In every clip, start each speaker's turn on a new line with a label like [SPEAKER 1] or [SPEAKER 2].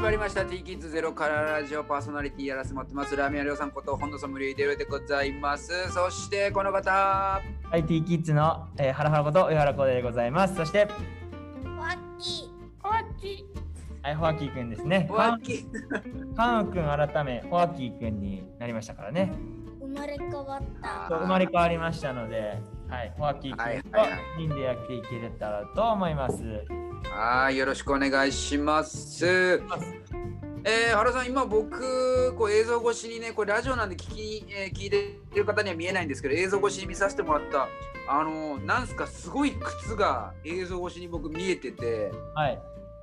[SPEAKER 1] まりました T キッズゼロからラジオパーソナリティやらせてもらってますラーメン屋りょうさんこと本田ソムリエデルでございますそしてこの方
[SPEAKER 2] はい、T キッズの、えー、ハラハラこと上原コーデでございます。そして、
[SPEAKER 3] ワッキ
[SPEAKER 2] はい、ホワキーくんですね。
[SPEAKER 1] おわき
[SPEAKER 2] カンウくん改め、ホワキーくんになりましたからね。
[SPEAKER 3] ー生まれ変わった
[SPEAKER 1] あ
[SPEAKER 2] そう生まれ変わりましたので、はい、ホワキー
[SPEAKER 1] はい
[SPEAKER 2] くんと
[SPEAKER 1] はいはい
[SPEAKER 2] 人でやっていけたらと思います。
[SPEAKER 1] はいよろしくお願いしますえー、原さん今僕こう映像越しにねこれラジオなんで聞き、えー聞いてる方には見えないんですけど映像越しに見させてもらったあのなんすかすごい靴が映像越しに僕見えてて
[SPEAKER 2] はい、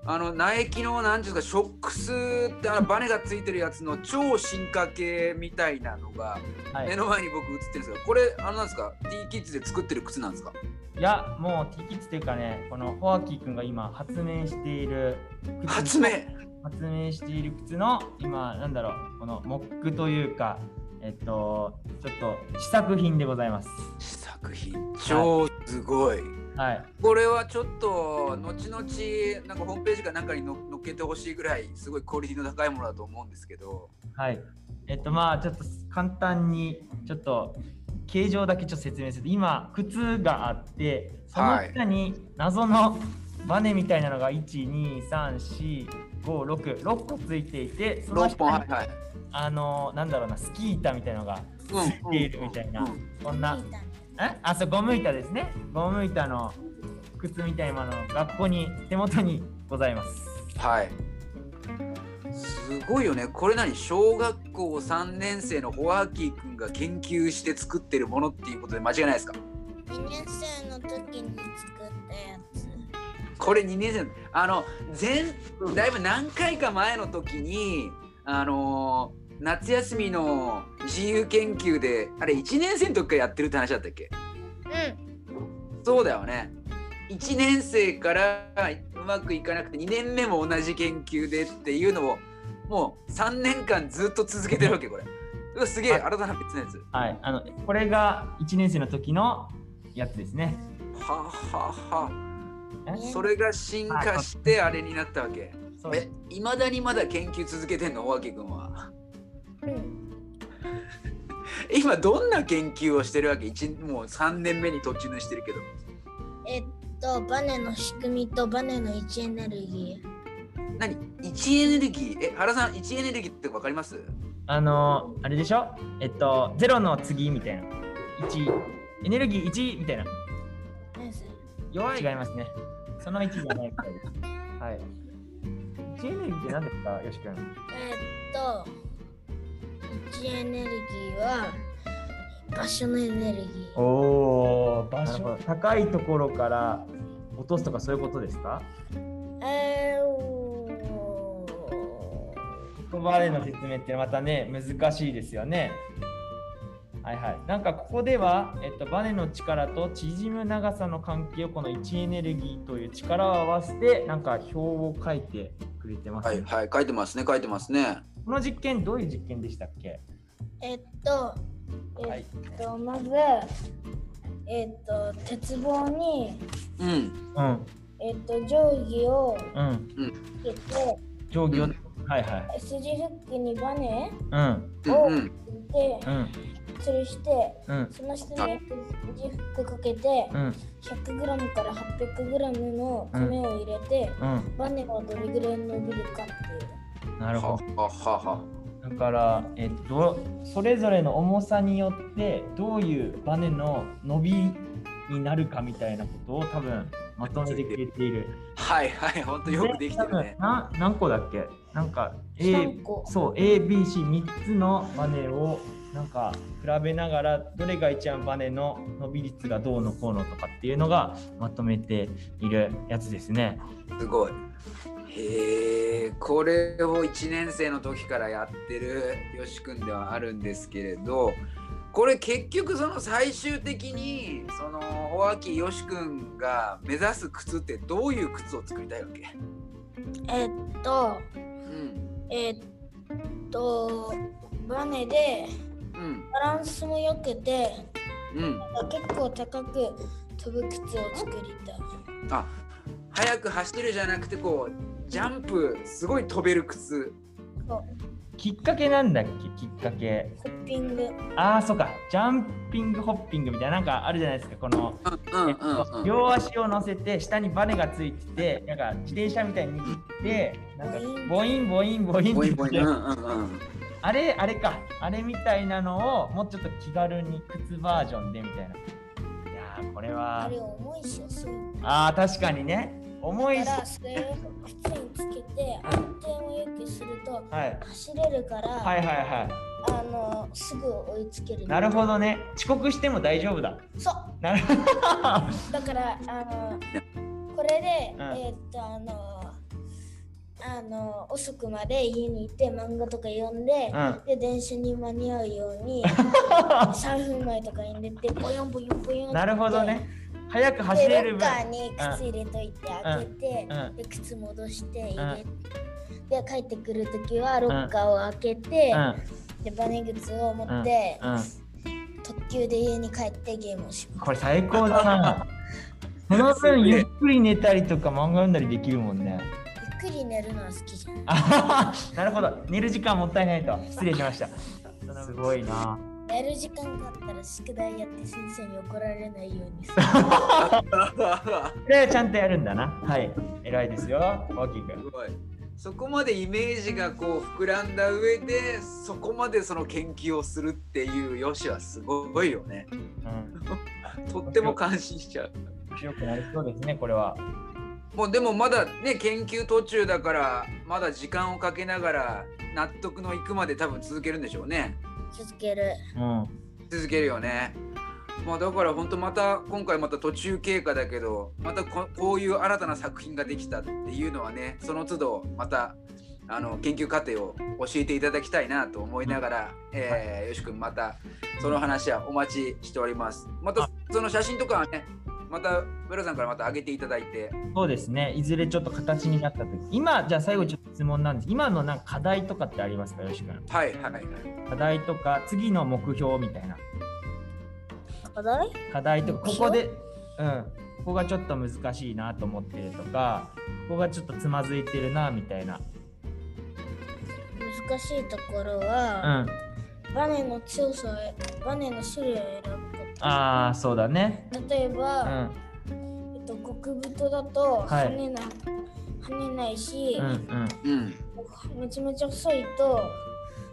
[SPEAKER 1] あのナイキのなんていうんですかショックスってあのバネがついてるやつの超進化系みたいなのが
[SPEAKER 2] は
[SPEAKER 1] 目
[SPEAKER 2] い。
[SPEAKER 1] の前に僕映ってるんですがこれあのなんですか T キッズで作ってる靴なんですか
[SPEAKER 2] いや、もう T キッズというかね、このホワキーくんが今発明している靴
[SPEAKER 1] 発明
[SPEAKER 2] 発明している靴の今なんだろうこのモックというかえっとちょっと試作品でございます
[SPEAKER 1] 試作品超すごい
[SPEAKER 2] はい
[SPEAKER 1] これはちょっと後々なんかホームページかなんかにの載っけてほしいぐらいすごいクオリティの高いものだと思うんですけど
[SPEAKER 2] はいえっとまあちょっと簡単にちょっと形状だけちょっと説明すると今靴があってその下に謎のバネみたいなのが1234566個ついていてその
[SPEAKER 1] 6
[SPEAKER 2] 下
[SPEAKER 1] 本
[SPEAKER 2] に
[SPEAKER 1] はいはい
[SPEAKER 2] あのなんだろうなスキー板みたいなのが
[SPEAKER 1] うん
[SPEAKER 2] ついているみたいな、
[SPEAKER 1] うん
[SPEAKER 2] こんな
[SPEAKER 3] 聞いた
[SPEAKER 2] えあそうゴム板ですねゴム板の靴みたいなもの学校に手元にございます
[SPEAKER 1] はいすごいよねこれ何小学校3年生のホワーキーくんが研究して作ってるものっていうことで間違いないですか
[SPEAKER 3] 2年生の時に作ったやつ
[SPEAKER 1] これ2年生のあの前だいぶ何回か前の時にあのー夏休みの自由研究であれ1年生の時からやってるって話だったっけ
[SPEAKER 3] うん
[SPEAKER 1] そうだよね。1年生からうまくいかなくて2年目も同じ研究でっていうのをもう3年間ずっと続けてるわけこれ。うわすげえ
[SPEAKER 2] はい
[SPEAKER 1] 新たな別のやつ。
[SPEAKER 2] はいあのこれが1年生の時のやつですね
[SPEAKER 1] ははは。
[SPEAKER 2] え
[SPEAKER 1] それが進化してあれになったわけ。
[SPEAKER 2] そう
[SPEAKER 1] え、いまだにまだ研究続けてんの大脇君は。
[SPEAKER 3] うん
[SPEAKER 1] 今どんな研究をしてるわけ一もう3年目に途中にしてるけど。
[SPEAKER 3] えっとバネの仕組みとバネの位置エネルギー
[SPEAKER 1] 何位置エネルギーえ、原さん位置エネルギーってわかります
[SPEAKER 2] あのあれでしょえっと0の次みたいな1エネルギー1みたいな
[SPEAKER 3] 何それ
[SPEAKER 2] 弱い違いますねその1じゃないみたいですはい1エネルギーって何ですかよし君
[SPEAKER 3] えっと位置エネルギーは場所のエネルギー
[SPEAKER 2] おお場
[SPEAKER 4] 所
[SPEAKER 2] 高いところから落とすとかそういうことですか
[SPEAKER 3] えーおー
[SPEAKER 2] 言葉での説明ってまたね難しいですよねはいはいなんかここでは、えっと、バネの力と縮む長さの関係をこの位置エネルギーという力を合わせてなんか表を書いてくれてます、
[SPEAKER 1] はいはい、書いてますね、書いてますね。
[SPEAKER 2] この実験どういう実験でしたっけ
[SPEAKER 3] えっと
[SPEAKER 2] は
[SPEAKER 3] え
[SPEAKER 2] い
[SPEAKER 3] っとまずえっと鉄棒に
[SPEAKER 1] うん。
[SPEAKER 2] うん
[SPEAKER 3] えっと定規を
[SPEAKER 2] うん
[SPEAKER 3] つけて
[SPEAKER 2] 定規を、
[SPEAKER 1] うん
[SPEAKER 2] はいはい
[SPEAKER 3] 筋フックにバネ
[SPEAKER 2] うん
[SPEAKER 1] うんうん
[SPEAKER 3] で
[SPEAKER 2] うん
[SPEAKER 3] 吊るして
[SPEAKER 2] うん
[SPEAKER 3] その下に筋フックかけて
[SPEAKER 2] うん
[SPEAKER 3] 100g から 800g の米を入れて
[SPEAKER 2] うん
[SPEAKER 3] バネがどれぐらい伸びるかって
[SPEAKER 2] なるほど
[SPEAKER 1] はははは
[SPEAKER 2] だから、えっと、それぞれの重さによってどういうバネの伸びになるかみたいなことを多分まとめてくれている。
[SPEAKER 1] はいはい、本当よくできてるね。
[SPEAKER 2] な何個だっけなんか A
[SPEAKER 3] 3個
[SPEAKER 2] そう ABC3 つのバネをなんか比べながらどれが一番バネの伸び率がどうのこうのとかっていうのがまとめているやつですね。
[SPEAKER 1] すごい。へえ、これを1年生の時からやってるよし君ではあるんですけれど、これ結局その最終的にその小脇よし君が目指す靴ってどういう靴を作りたいわけ？
[SPEAKER 3] えっと
[SPEAKER 1] うん
[SPEAKER 3] えっとバネで
[SPEAKER 1] うん
[SPEAKER 3] バランスも良くて
[SPEAKER 1] うん。
[SPEAKER 3] 結構高く飛ぶ靴を作りたい
[SPEAKER 1] あ、早く走るじゃなくてこうジャンプすごい飛べる靴
[SPEAKER 2] きっかけなんだっけきっかけ
[SPEAKER 3] ホッピング
[SPEAKER 2] ああそうかジャンピングホッピングみたいななんかあるじゃないですかこの
[SPEAKER 1] うんうんうんうん
[SPEAKER 2] 両足を乗せて下にバネがついててなんか自転車みたいに握ってなんかボインボインボイン
[SPEAKER 1] ボ
[SPEAKER 2] っ
[SPEAKER 1] イ
[SPEAKER 2] て
[SPEAKER 1] ンボ
[SPEAKER 2] 言っ
[SPEAKER 1] イン
[SPEAKER 2] て
[SPEAKER 1] うんうんうん
[SPEAKER 2] あれあれかあれみたいなのをもうちょっと気軽に靴バージョンでみたいないやーこれ
[SPEAKER 3] あ
[SPEAKER 2] は
[SPEAKER 3] れ重いしすごい
[SPEAKER 2] あー確かにね重い
[SPEAKER 3] だ
[SPEAKER 2] し
[SPEAKER 3] からそれを靴につけて安定を良くすると
[SPEAKER 2] はい
[SPEAKER 3] 走れるから、
[SPEAKER 2] はいはいは
[SPEAKER 3] あのすぐ追いつける
[SPEAKER 2] いなるほどね遅刻しても大丈夫だ
[SPEAKER 3] そう
[SPEAKER 2] なるほど
[SPEAKER 3] だからあのこれで、
[SPEAKER 2] うん
[SPEAKER 3] えーっとあのあの遅くまで家にいて漫画とか読んで、
[SPEAKER 2] うん
[SPEAKER 3] で電車に間に合うよう に3分前とかに出てボヨンボヨンボヨンって
[SPEAKER 2] なるほどね早く走れ
[SPEAKER 3] で
[SPEAKER 2] る
[SPEAKER 3] ロッ
[SPEAKER 2] 分
[SPEAKER 3] カーに靴入れといて開けて、
[SPEAKER 2] うんうん
[SPEAKER 3] で靴戻して入れて、で帰ってくるときはロッカーを開けて、
[SPEAKER 2] う
[SPEAKER 3] でバネ靴を持って、
[SPEAKER 2] んうん
[SPEAKER 3] 特急で家に帰ってゲームをします
[SPEAKER 2] これ最高だ なその分ゆっくり寝たりとか漫画読んだりできるもん ね
[SPEAKER 3] ゆっくり寝るのは好きじゃない
[SPEAKER 2] あははなるほど寝る時間もったいないと失礼しました すごいな
[SPEAKER 3] 寝る時間があったら宿題やって先生に怒られないよう にする
[SPEAKER 2] これはちゃんとやるんだなはい偉いですよワーキン
[SPEAKER 1] す
[SPEAKER 2] グ
[SPEAKER 1] ごいそこまでイメージがこう膨らんだ上でそこまでその研究をするっていうよしはすごいよね
[SPEAKER 2] うん
[SPEAKER 1] とっても感心しちゃう
[SPEAKER 2] 面白くなりそうですねこれは
[SPEAKER 1] もうでもまだね研究途中だからまだ時間をかけながら納得のいくまで多分続けるんでしょうね
[SPEAKER 3] 続ける
[SPEAKER 2] うん
[SPEAKER 1] 続けるよねまあだから本当また今回また途中経過だけどまたここういう新たな作品ができたっていうのはねその都度またあの研究過程を教えていただきたいなと思いながら、えーよし君またその話はお待ちしておりますまたその写真とかはねまたブラさんからまた上げていただいて
[SPEAKER 2] そうですねいずれちょっと形になった時今じゃあ最後ちょっと質問なんです今のなんか課題とかってありますかよし君
[SPEAKER 1] はいはいはい
[SPEAKER 2] 課題とか次の目標みたいな
[SPEAKER 3] 課題
[SPEAKER 2] 課題とか
[SPEAKER 3] 目
[SPEAKER 2] こ
[SPEAKER 3] 標
[SPEAKER 2] こで、うん、ここがちょっと難しいなと思ってるとかここがちょっとつまずいてるなみたいな、
[SPEAKER 3] 難しいところ
[SPEAKER 2] うん、
[SPEAKER 3] は、
[SPEAKER 2] あ
[SPEAKER 3] バネの強さをバネの種類を選ぶ
[SPEAKER 2] あーそうだね、
[SPEAKER 3] こと例え
[SPEAKER 2] う
[SPEAKER 3] ば、
[SPEAKER 2] ん、
[SPEAKER 3] えっと、極太だと
[SPEAKER 2] はい
[SPEAKER 3] 跳ねない、跳ねないし
[SPEAKER 2] うんう、ん
[SPEAKER 1] うん
[SPEAKER 3] めちゃめちゃ細いと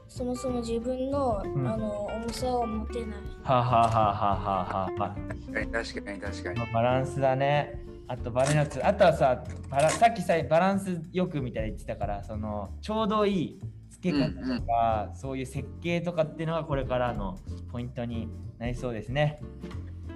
[SPEAKER 3] そもそも自分の,、
[SPEAKER 2] ん
[SPEAKER 3] あの重さを持てない。
[SPEAKER 2] はあはあはあはあはあはあ
[SPEAKER 1] 確かに確かに確かに
[SPEAKER 2] バランスだねあとバレなくあとはさバラさっきさバランスよくみたいに言ってたからそのちょうどいい付け方とか、そういう設計とかっていうのがこれからのポイントになりそうですね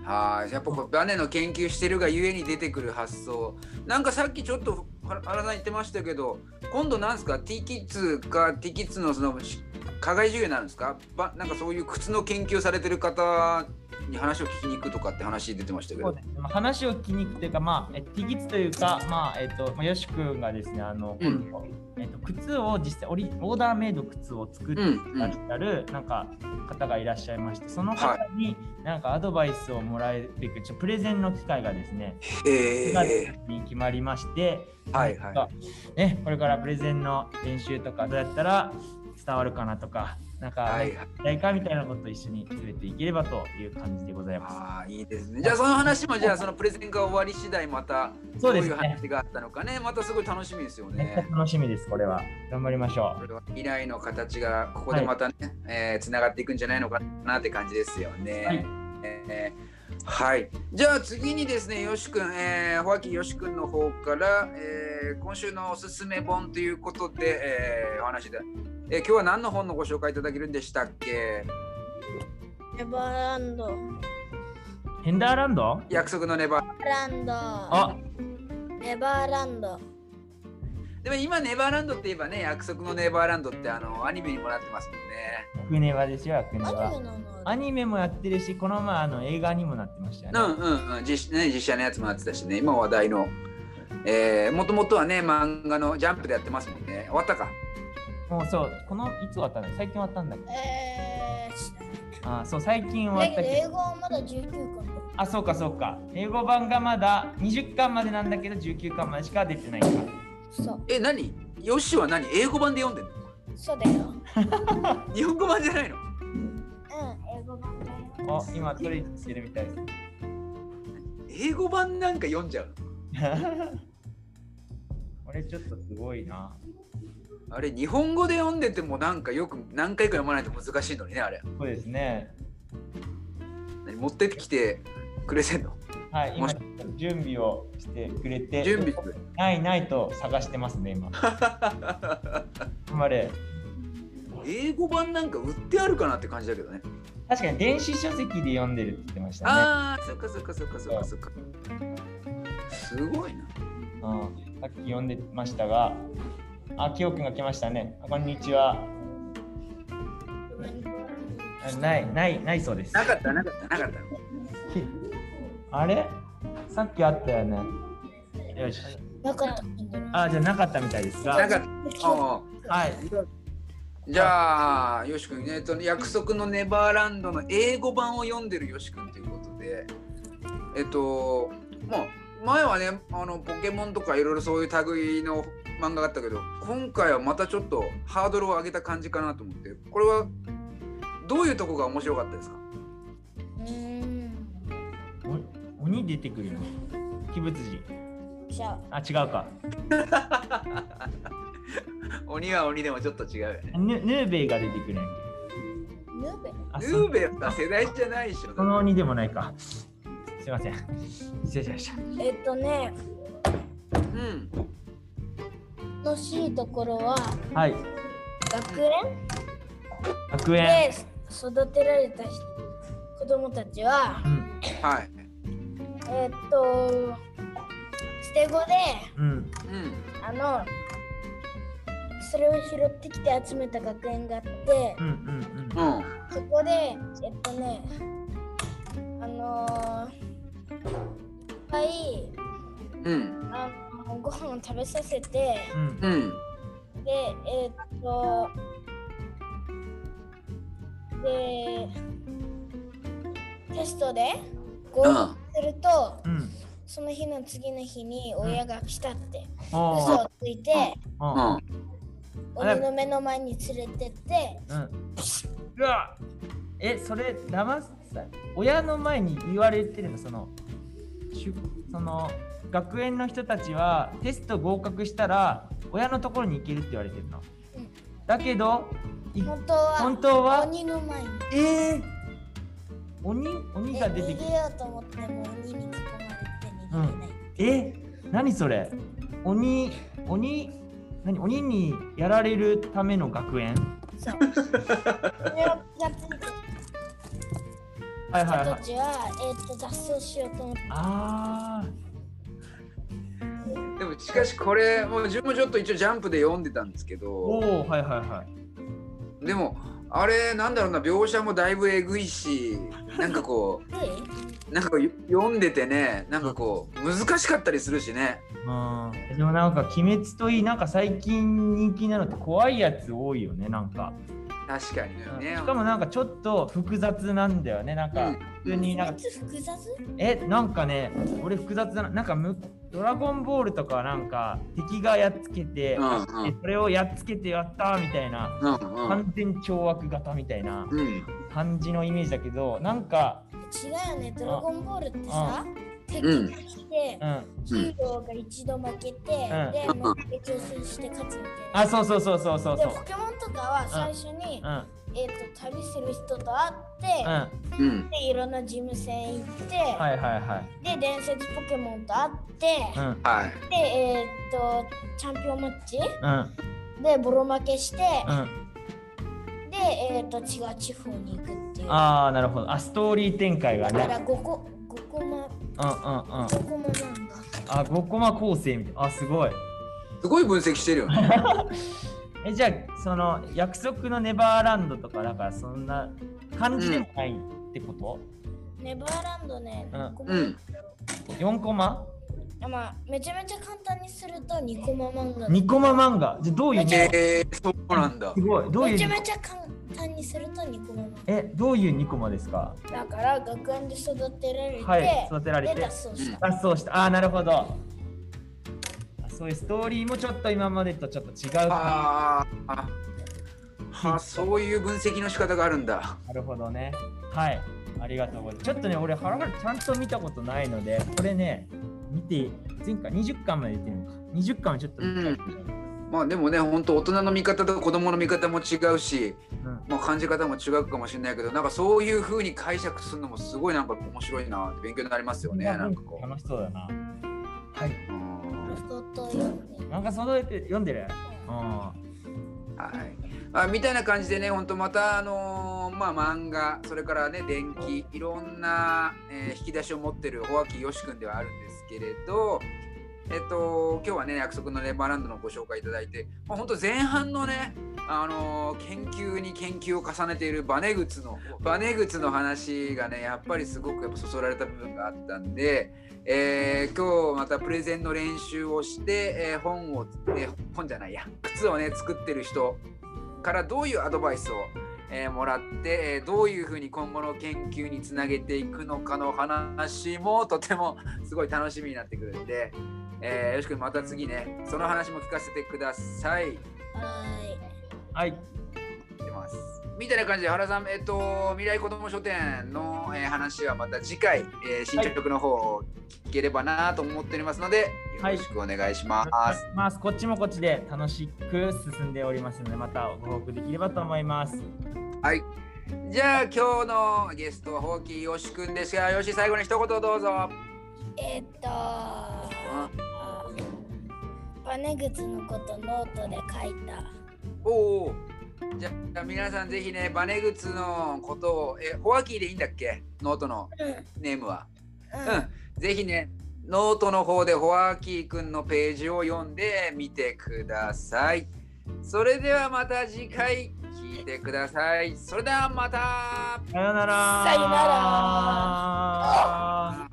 [SPEAKER 1] はい、やっぱこうバネの研究してるがゆえに出てくる発想なんかさっきちょっと原原さん言ってましたけど今度なんですか T キッズか T キッズのそのし課外授業になるんですかばなんかそういう靴の研究をされてる方に話を聞きに行くとかって話出てましたけ
[SPEAKER 2] そう
[SPEAKER 1] ど
[SPEAKER 2] ですね、まあ話を聞きに行くというか、まあ、えティギツというか、まあ、えっと、まあ、よし君がですね、あの、
[SPEAKER 1] うん
[SPEAKER 2] 今度えっと、靴を実際、オリ、オーダーメイド靴を作っ
[SPEAKER 1] う
[SPEAKER 2] て
[SPEAKER 1] んう
[SPEAKER 2] らっ
[SPEAKER 1] ん
[SPEAKER 2] しゃる、なんか、方がいらっしゃいまして、その方に、なんかアドバイスをもらえるべく、ちょプレゼンの機会がですね、
[SPEAKER 1] えー
[SPEAKER 2] 9月、に決まりまして、
[SPEAKER 1] はいはい
[SPEAKER 2] なんかね、これからプレゼンの練習とか、どうやったら伝わるかなとか、なんか、
[SPEAKER 1] は
[SPEAKER 2] 何
[SPEAKER 1] い
[SPEAKER 2] や
[SPEAKER 1] はい
[SPEAKER 2] りたいかみたいなことを一緒に連れていければという感じでございます。
[SPEAKER 1] あーいいですねじゃあその話もじゃあそのプレゼンが終わり次第また
[SPEAKER 2] そ
[SPEAKER 1] ど
[SPEAKER 2] う
[SPEAKER 1] う
[SPEAKER 2] です
[SPEAKER 1] い
[SPEAKER 2] ね
[SPEAKER 1] う話があったのかねまたすごい楽しみですよ
[SPEAKER 2] めっちゃ
[SPEAKER 1] ね。
[SPEAKER 2] 楽しみです、これは。頑張りましょ
[SPEAKER 1] こ
[SPEAKER 2] う。
[SPEAKER 1] れは未来の形がここでまたね、えつながっていくんじゃないのかなって感じですよね。
[SPEAKER 2] はい
[SPEAKER 1] えーはい、じゃあ次にですねよし君、えー、ホワキよし君の方から、えー今週のおすすめ本ということで、えーお話で、えー今日は何の本のご紹介いただけるんでしたっけ
[SPEAKER 3] ネバーランド。
[SPEAKER 2] ヘンダーランド
[SPEAKER 1] 約束のネバー
[SPEAKER 3] ランド。
[SPEAKER 2] あ
[SPEAKER 3] ネバーランド。
[SPEAKER 1] でも今ネバーランドって言えばね約束のネバーランドってあのアニメにもなってますもんね。
[SPEAKER 2] クネバですよ、アクネ
[SPEAKER 3] アニメ
[SPEAKER 2] バ。
[SPEAKER 3] なの
[SPEAKER 2] アニメもやってるし、この前あの映画にもなってましたよ
[SPEAKER 1] う
[SPEAKER 2] ね。
[SPEAKER 1] んうんうん実ね、実写のやつもやってたしね今話題の、えー、もともとはね漫画の「ジャンプ」でやってますもんね終わったか
[SPEAKER 2] もうそう、このいつ終わったんだっけ最近終わったんだっけ
[SPEAKER 3] えー、知らない
[SPEAKER 2] あそう、最近終わった
[SPEAKER 3] だけど
[SPEAKER 2] け
[SPEAKER 3] 英
[SPEAKER 2] ど。
[SPEAKER 3] 語はまだ19巻だ。
[SPEAKER 2] あ、そうかそうか。英語版がまだ20巻までなんだけど、19巻までしか出てないか。
[SPEAKER 3] そう。
[SPEAKER 1] え、何ヨッシーは何英語版で読んでん
[SPEAKER 3] そうだよ。
[SPEAKER 1] の日本語版じゃないの
[SPEAKER 3] うん、英語版だよ。
[SPEAKER 2] あ、今トレーニングしてるみたいです。
[SPEAKER 1] 英語版なんか読んじゃう
[SPEAKER 2] これちょっとすごいな。
[SPEAKER 1] のあれ、日本語で読んでてもなんかよく何回か読まないと難しいのにね、あれ。
[SPEAKER 2] そうですね。
[SPEAKER 1] 何持ってきてくれてんの
[SPEAKER 2] はい、今
[SPEAKER 1] もし
[SPEAKER 2] 準備をしてくれて、
[SPEAKER 1] 準備する。
[SPEAKER 2] ないないと探してますね、今。頑張れ。
[SPEAKER 1] 英語版なんか売ってあるかなって感じだけどね。
[SPEAKER 2] 確かに電子書籍で読んでるって言ってましたね。
[SPEAKER 1] ああ、そっかそっかそっかそっかそっか。すごいな。
[SPEAKER 2] うん、さっき読んでましたが、あ、きよくんが来ましたね。あこんにちは。あない、ない、ないそうです。
[SPEAKER 1] なかった、なかった、なかった。
[SPEAKER 2] あれさっきあったよね。よし。
[SPEAKER 3] なかったんだよ。
[SPEAKER 2] あ、じゃあなかったみたいですが。
[SPEAKER 1] なかった。あ
[SPEAKER 2] はい。
[SPEAKER 1] ーじゃあ、よし君、えっと、約束のネバーランドの英語版を読んでるよし君ということで、えっと、まあ、前はね、あのポケモンとかいろいろそういう類の漫画があったけど、今回はまたちょっとハードルを上げた感じかなと思って、これはどういうとこが面白かったですか
[SPEAKER 3] うーん。
[SPEAKER 2] お鬼出てくるの。鬼物人。
[SPEAKER 3] じゃあ、
[SPEAKER 2] あ、違うか。
[SPEAKER 1] 鬼は鬼でもちょっと違うよね。
[SPEAKER 2] ヌヌーベイが出てくるんやっ
[SPEAKER 3] ヌーベ。
[SPEAKER 2] け。あ、
[SPEAKER 1] ヌ
[SPEAKER 2] そ
[SPEAKER 1] ーベは世代じゃないでしょ。
[SPEAKER 2] その鬼でもないか。すいません。失礼しました。
[SPEAKER 3] えっとね、
[SPEAKER 1] うん。
[SPEAKER 3] 楽しいところは
[SPEAKER 2] はい。
[SPEAKER 3] 学園
[SPEAKER 2] 学園。
[SPEAKER 3] で育てられた人子供たちは、
[SPEAKER 2] うん。
[SPEAKER 1] はい。
[SPEAKER 3] えっと、捨て子で、
[SPEAKER 2] うん。
[SPEAKER 1] うん。
[SPEAKER 3] あの、それを拾ってきて集めた学園があって
[SPEAKER 2] う、ん。うん。
[SPEAKER 1] うん。
[SPEAKER 3] そこで、えっとね、あのー、いっぱい、
[SPEAKER 1] うん。
[SPEAKER 3] あのご飯を食べさせて、
[SPEAKER 2] うん。
[SPEAKER 1] うん。
[SPEAKER 3] で、えーっと、で、テストで合
[SPEAKER 1] うん。
[SPEAKER 3] 格すると、
[SPEAKER 2] うん。うん。
[SPEAKER 3] その日の次の日に親が来たって、嘘
[SPEAKER 2] あ
[SPEAKER 3] をついて、
[SPEAKER 1] う
[SPEAKER 2] あ。
[SPEAKER 1] ん。
[SPEAKER 3] 鬼の目の前に連れてって、
[SPEAKER 2] うん。うわえ、それ、騙す親の前に言われてるの、その、しゅその、学園の人たちはテスト合格したら、親のところに行けるって言われてるの。
[SPEAKER 3] うん
[SPEAKER 2] だけど、い
[SPEAKER 3] 本当は
[SPEAKER 2] 本当は
[SPEAKER 3] 鬼の前に。
[SPEAKER 2] えー、鬼鬼
[SPEAKER 3] で
[SPEAKER 2] が出て
[SPEAKER 3] 逃
[SPEAKER 2] き
[SPEAKER 3] げようと思っても鬼に囲まれて逃げれない。
[SPEAKER 2] え、何それ鬼、鬼、何鬼にやられるための学園
[SPEAKER 3] そう。 それを気がついて
[SPEAKER 2] はいはい
[SPEAKER 3] 人
[SPEAKER 2] は
[SPEAKER 3] た
[SPEAKER 2] い。
[SPEAKER 3] ちは、えーっと脱走しようと思って。
[SPEAKER 2] あ
[SPEAKER 1] でもしかしこれもう自分もちょっと一応ジャンプで読んでたんですけ
[SPEAKER 2] ー、
[SPEAKER 1] ど
[SPEAKER 2] おおはいはいはい。
[SPEAKER 1] でもあれなんだろうな描写もだいぶえぐいしなんかこ うなんかこう読んでてねなんかこう難しかったりするしね
[SPEAKER 2] うん、でもなんか鬼滅といいなんか最近人気なのって怖いやつ多いよねなんか、
[SPEAKER 1] 確かにね。
[SPEAKER 2] しかもなんかちょっと複雑なんだよねなん
[SPEAKER 1] う
[SPEAKER 2] か
[SPEAKER 1] ん
[SPEAKER 2] 普通になんか、
[SPEAKER 3] 熱複雑
[SPEAKER 2] えなんかね俺複雑だななんかむドラゴンボールとかはなんか敵がやっつけて、
[SPEAKER 1] うん
[SPEAKER 2] でそれをやっつけてやったーみたいな
[SPEAKER 1] うんうんうん
[SPEAKER 2] 完全懲悪型みたいな
[SPEAKER 1] うん
[SPEAKER 2] 感じのイメージだけどなんか
[SPEAKER 3] 違うよね、ドラゴンボールってさ、敵
[SPEAKER 1] うん
[SPEAKER 3] が来て
[SPEAKER 2] う、ん
[SPEAKER 3] ヒーローが一度負けて、で、
[SPEAKER 1] うん
[SPEAKER 3] もう一回挑戦して勝つみたい
[SPEAKER 2] あそうそうそうそうそう
[SPEAKER 3] な。で
[SPEAKER 2] そう
[SPEAKER 3] も、ポケモンとかは最初に
[SPEAKER 2] う、ん
[SPEAKER 3] えーっと、旅する人と会って、
[SPEAKER 2] うんはい
[SPEAKER 1] うん
[SPEAKER 3] で、いろんな事務船行って、
[SPEAKER 2] はいは
[SPEAKER 3] で、伝説ポケモンと会って、
[SPEAKER 2] いうん
[SPEAKER 1] はい
[SPEAKER 3] で、えーっと、チャンピオンマッチ
[SPEAKER 2] うん
[SPEAKER 3] で、ボロ負けして、
[SPEAKER 2] うん
[SPEAKER 3] で、えーっと、違う地方に行くっていう。だ
[SPEAKER 2] ああなるほどあストーリー展開が
[SPEAKER 3] か
[SPEAKER 2] ね
[SPEAKER 3] ら5個、5個も、
[SPEAKER 2] うんうんうん
[SPEAKER 3] 5個もなんだ。
[SPEAKER 2] あ5コマ構成みたいなあすごい
[SPEAKER 1] すごい分析してるよね。
[SPEAKER 2] えじゃあその約束のネバーランドとかだからそんな感じでもないってこと、
[SPEAKER 3] ネバーランドね、
[SPEAKER 2] うん
[SPEAKER 3] 5個も
[SPEAKER 1] うん
[SPEAKER 2] 4コマ
[SPEAKER 3] まあ、めちゃめちゃ簡単にすると2コマ漫画。
[SPEAKER 2] 2コマ漫画じゃあどういうね
[SPEAKER 1] えー、そうなん だ
[SPEAKER 2] す。ごいどうい
[SPEAKER 3] め
[SPEAKER 2] う
[SPEAKER 3] ちゃめちゃ簡単にすると2コマ漫
[SPEAKER 2] えどういう2コマですか
[SPEAKER 3] 画。だから学園で育てられて、
[SPEAKER 2] はい育てられ
[SPEAKER 3] で
[SPEAKER 2] て
[SPEAKER 3] 脱走した。
[SPEAKER 2] 脱走したああなるほどあそういうストーリーもちょっと今までとちょっと違う感
[SPEAKER 1] あーあはそういう分析の仕方があるんだ。
[SPEAKER 2] じなるほどねはいありがとうございますちょっとね俺ハラハラちゃんと見たことないのでこれね見て前回20巻まで出てるのか20巻はちょっと見たいと思います
[SPEAKER 1] まあでもね、本当大人の見方と子供の見方も違うし、
[SPEAKER 2] うん
[SPEAKER 1] まあ、感じ方も違うかもしれないけど、なんかそういう風に解釈するのもすごいなんか面白いなって勉強になりますよね。なんかこ
[SPEAKER 2] 楽しそうだなはい。
[SPEAKER 1] う。うん
[SPEAKER 3] 人と読んで
[SPEAKER 2] なんかそのって読んでる。あ
[SPEAKER 1] はい、あみたいな感じでね、本当また、あのーまあ、漫画、それからね、電気、いろんな、えー引き出しを持ってる穂脇よし君ではあるんですけれど、えっと、今日はね、約束のネバーランドのご紹介いただいて、まあ、本当前半のね、あのー研究に研究を重ねているバネグツの、バネグツの話がね、やっぱりすごくやっぱそそられた部分があったんで、えー今日またプレゼンの練習をして、えー本を、えー本じゃないや靴をね作ってる人からどういうアドバイスを、えーもらって、えーどういうふうに今後の研究につなげていくのかの話もとてもすごい楽しみになってくるんで、えーよし君また次ねその話も聞かせてください。
[SPEAKER 3] はい
[SPEAKER 2] あ。はい。
[SPEAKER 1] ってますみたいな感じで原さん、えっと、未来子ども書店の、えー話はまた次回、えー進捗の方を聞ければなと思っておりますので、
[SPEAKER 2] はい
[SPEAKER 1] よろしくお願いします。
[SPEAKER 2] まあ、こっちもこっちで楽しく進んでおりますので、またご報告できればと思います。
[SPEAKER 1] はい、じゃあ今日のゲストはほうきよしくんですがよし最後に一言どうぞ。
[SPEAKER 3] えーっとバネ靴のことノートで書いた
[SPEAKER 1] おおじゃあ皆さんぜひねバネグツのことをえホワキーでいいんだっけノートの
[SPEAKER 3] うん
[SPEAKER 1] ネームは。
[SPEAKER 3] うん
[SPEAKER 1] うん、ぜひね、ノートの方でホワーキーくんのページを読んでみてください。それではまた次回聞いてください。それではまた
[SPEAKER 2] さよなら。
[SPEAKER 3] さよな
[SPEAKER 2] ら。